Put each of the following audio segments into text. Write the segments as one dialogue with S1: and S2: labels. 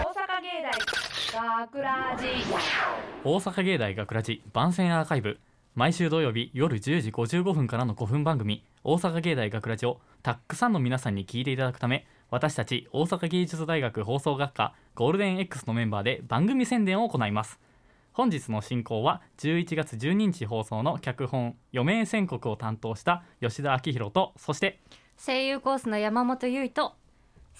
S1: 大学ラジ
S2: 大阪芸大学ラジ番宣アーカイブ毎週土曜日夜10時55分からの5分番組「大阪芸大学ラジをたくさんの皆さんに聞いていただくため私たち大阪芸術大学放送学科ゴールデン X のメンバーで番組宣伝を行います本日の進行は11月12日放送の脚本「余命宣告」を担当した吉田明宏とそして
S3: 声優コースの山本優衣と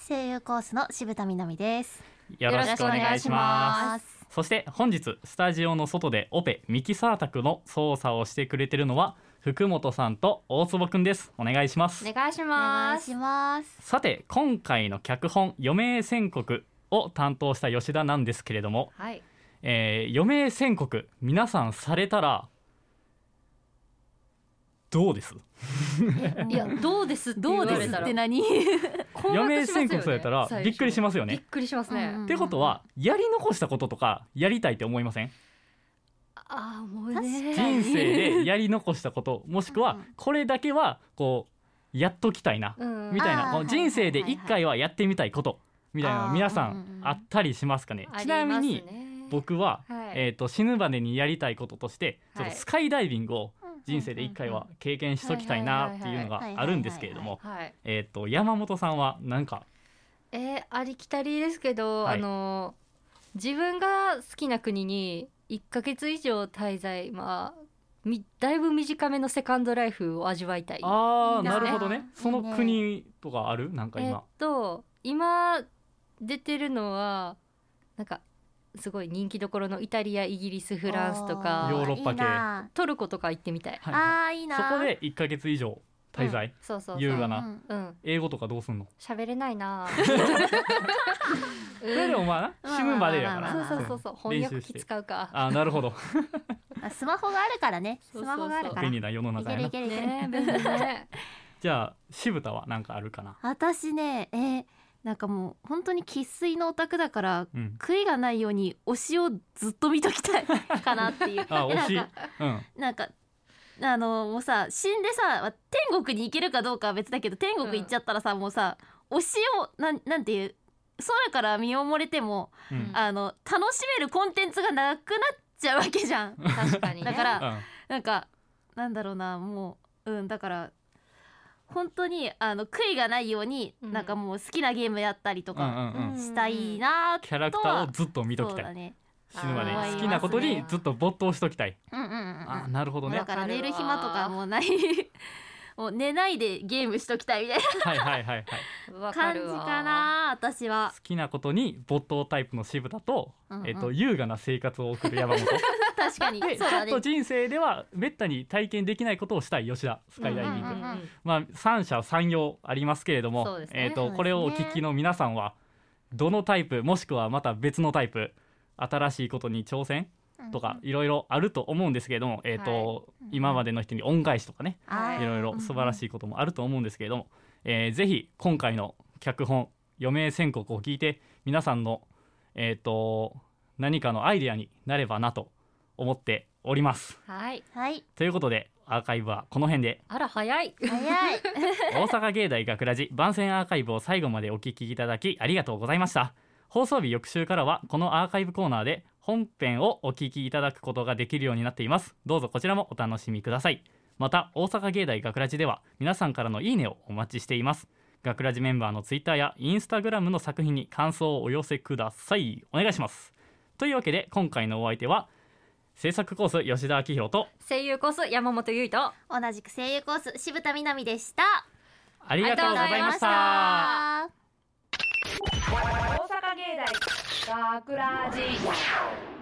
S4: 声優コースの渋田みなみです。
S2: よろしくお願いします
S4: す。
S2: そして本日スタジオの外でオペミキサー宅の操作をしてくれてるのは福本さんと大坪くんですお願いします
S3: お願いし
S4: お願
S3: ま
S4: い
S3: す
S4: します。
S2: さて今回の脚本余命宣告を担当した吉田なんですけれども、
S3: はい
S2: えー、余命宣告皆さんされたらどう です
S3: いやどうです
S4: どうですって何？
S2: 余命宣告されたらびっくりし
S3: ま
S2: ますよ
S3: すよねびっ
S2: ね。
S3: くりしますね、
S4: うん
S2: ってことはやり残したこととかやりたいって思いません
S3: ああもう
S4: 確かに
S2: 人生でやり残したこともしく
S4: う
S2: は
S4: んうん
S2: これだけはこうやっときたいな
S3: うん
S2: みたいな
S4: あー
S2: こ
S4: は
S2: う
S4: い
S2: 人生で
S4: はいはい
S2: 一回はやってみたいことみたいな
S4: あ
S2: の
S4: ー
S2: 皆さ
S4: うんうん
S2: ん
S4: うん
S2: あったりしますかね
S3: ありますね
S2: ちなみに僕は
S3: はい
S2: えーと死ぬまでにやりたいこととしてちょっ
S3: はい
S2: とスカイダイビングを人生で一回は経験しときたいなっていうのがあるんですけれども
S3: はい
S2: えーと山本さんは何か
S3: えー、ありきたりですけど、
S2: はい
S3: あの自分が好きな国に1ヶ月以上滞在まあみだいぶ短めのセカンドライフを味わいたい
S2: あ
S4: い
S2: ー
S4: いな
S2: なるほどねそ
S4: い
S2: の
S4: いね
S2: 国とかあるなんか
S3: えー
S2: 今
S3: っと今出てるのはなんかすごい人気どころのイタリアイギリスフランスと
S4: あ
S3: か
S2: ヨーロッパ系
S4: いいな
S3: トルコとか行ってみたい、
S2: はいは
S4: あーいい
S2: い
S4: な。
S2: そこで1ヶ月以上滞
S3: うん
S2: 在
S3: そうそう
S2: 優
S3: そ
S2: 雅
S3: う
S2: な
S4: うん
S3: うん
S2: 英語とかどうすんの
S3: 喋れない な
S2: それでもまあ
S4: うん
S2: な死ぬまでやか
S4: ま
S2: ら
S4: あ
S3: そ
S4: ま
S3: うそう
S4: あ
S3: そうそう翻
S2: 練
S3: 訳
S2: 習して
S3: 機使うか
S2: あなるほど
S4: あスマホがあるからね。
S3: そ
S4: ス
S3: うそうそう
S4: マホがあるから。
S2: 便利な世の中や
S4: い
S2: な
S4: けるいけるいける。
S3: ねえ便利ね
S2: じゃあ渋田は何かあるかな
S4: 私ね、えーなんかもう本当に生粋のオタクだから。
S2: うん
S4: 悔いがないように推しをずっと見ときたいかなっていう。
S2: あ
S4: え
S2: 推し
S4: なんか
S2: うん
S4: なんかあのもうさ死んでさ天国に行けるかどうかは別だけど天国行っちゃったらさ、もうさ推しをなんなんていう空から身を漏れても
S2: うん
S4: あの楽しめるコンテンツがなくなっちゃうわけじゃん。
S3: 確かにね
S4: だから
S2: うん
S4: なんかなんだろうなもううんだから本当にあの悔いがないように、
S3: うん
S4: なんかもう好きなゲームやったりと
S2: うん
S4: か
S2: うんうん
S4: したいな
S2: キャラクターをずっと見と
S4: そ
S2: き
S4: う
S2: た
S4: だ
S2: い
S4: ね。
S2: 死ぬま
S4: あ
S2: で
S4: ー
S2: 好きなことにずっと没頭しときたい
S4: うんうんうんうん。
S2: あなるほどね
S4: だから寝る暇と かもないもう寝ないでゲームしときたいみた
S2: は
S4: い
S2: いはいはいはい
S4: な
S3: わ
S4: 感
S3: か
S4: じ
S3: るわ
S4: かな私
S2: 好
S4: は。
S2: きなことに没頭タイプの渋田と
S4: うんうん
S2: えっと優雅な生活を送る 山本
S4: 確かに
S2: でち
S4: そう
S2: ょ
S4: だ
S2: っ
S4: ね
S2: と。人生ではめったに体験できないことをしたい吉田スカイダイビン
S4: う
S2: グ
S4: んうんうん
S2: まあ、三者三様ありますけれど
S3: そ
S2: も、
S3: うですね
S2: えっ、
S4: そう
S2: と、
S4: ですね
S2: これをお聞きの皆さんは。どのタイプ、もしくはまた別のタイプ、新しいことに挑戦とか、いろいろあると思うんですけれども、えっ、と、
S4: い
S2: 今までの人に恩返しとかね。
S4: あー
S2: いろいろ素晴らしいこともあると思うんですけれども、えーぜひ今回の脚本、余命宣告を聞いて、皆さんの。えっ、と、何かのアイデアになればなと思っております。
S3: はい
S4: はい
S2: ということで、アーカイブはこの辺で。
S3: あら早い
S4: 早 い。
S2: 大阪芸大学ラジ番宣アーカイブを最後までお聞きいただきありがとうございました放送日翌週からはこのアーカイブコーナーで本編をお聞きいただくことができるようになっていますどうぞこちらもお楽しみくださいまた大阪芸大学ラジでは皆さんからのいいねをお待ちしています学ラジメンバーのツイッターやインスタグラムの作品に感想をお寄せくださいお願いしますというわけで今回のお相手は制作コース吉田明宏と
S3: 声優コース山本優衣と
S4: 同じく声優コース渋田みなみでした。
S2: ありがとうございまし
S3: ありがとうござい
S2: た
S3: ました
S1: 大阪芸大学ラジ